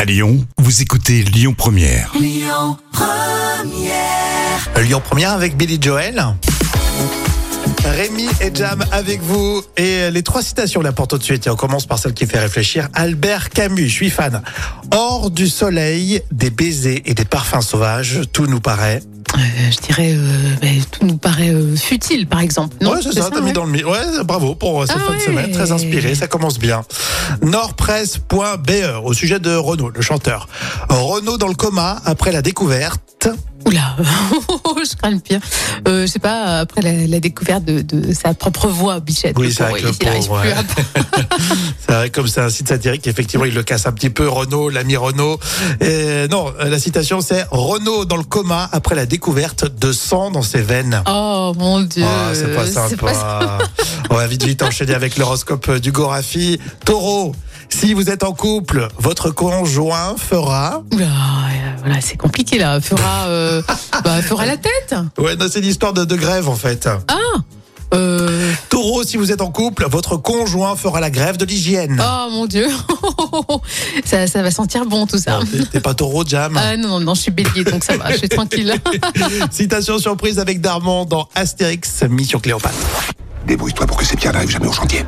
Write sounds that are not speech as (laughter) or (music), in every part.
À Lyon, vous écoutez Lyon Première. Lyon Première avec Billy Joel. Rémi et Jam avec vous. Et les trois citations la porte tout de suite. Et on commence par celle qui fait réfléchir. Albert Camus, je suis fan. Hors du soleil, des baisers et des parfums sauvages, tout nous paraît. Euh, je dirais, euh, ben, tout nous paraît euh, futile, par exemple. Non, ouais, c'est ça, t'as mis ouais. dans le mi. Ouais, bravo pour euh, cette Ah fin de ouais. semaine. Très inspiré, ça commence bien. Nordpresse.be au sujet de Renaud, le chanteur. Renaud dans le coma après la découverte. Oula, (laughs) oh, je crains le pire. Euh, je sais pas, après la, la découverte de, de sa propre voix, Bichette. Oui, le c'est vrai pauvre, que le il arrive pauvre, plus ouais. à bout. C'est vrai, comme c'est un site satirique, effectivement, il le casse un petit peu. Renault, l'ami Renault. Et non, euh, la citation, c'est Renault dans le coma après la découverte de sang dans ses veines. Oh mon (laughs) dieu. Ah, c'est pas c'est pas ça. sympa. On va vite vite enchaîner avec l'horoscope du Gorafi. Taureau, si vous êtes en couple, votre conjoint fera. Oula, euh, voilà, c'est compliqué là. Fera, euh, bah, fera la tête. Ouais, non, c'est l'histoire de, de grève en fait. Ah. Euh, Taureau, si vous êtes en couple, votre conjoint fera la grève de l'hygiène. oh mon dieu. (laughs) ça, ça va sentir bon tout ça. Non, t'es- T'es pas taureau, Jam. Ah non, non, non, je suis bélier, donc ça va, je suis tranquille. (laughs) Citation surprise avec Darman dans Astérix, Mission Cléopâtre. Débrouille-toi pour que ces pierres n'arrivent jamais au chantier.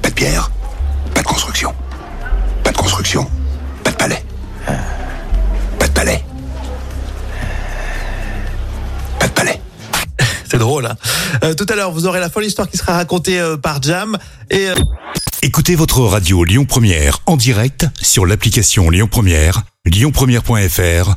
Pas de pierre, pas de construction. Pas de construction, pas de palais. Pas de palais. Pas de palais. C'est drôle. hein. Euh, tout à l'heure, vous aurez la folle histoire qui sera racontée euh, par Jam. Et euh, Écoutez votre radio Lyon Première en direct sur l'application Lyon Première, lyonpremière.fr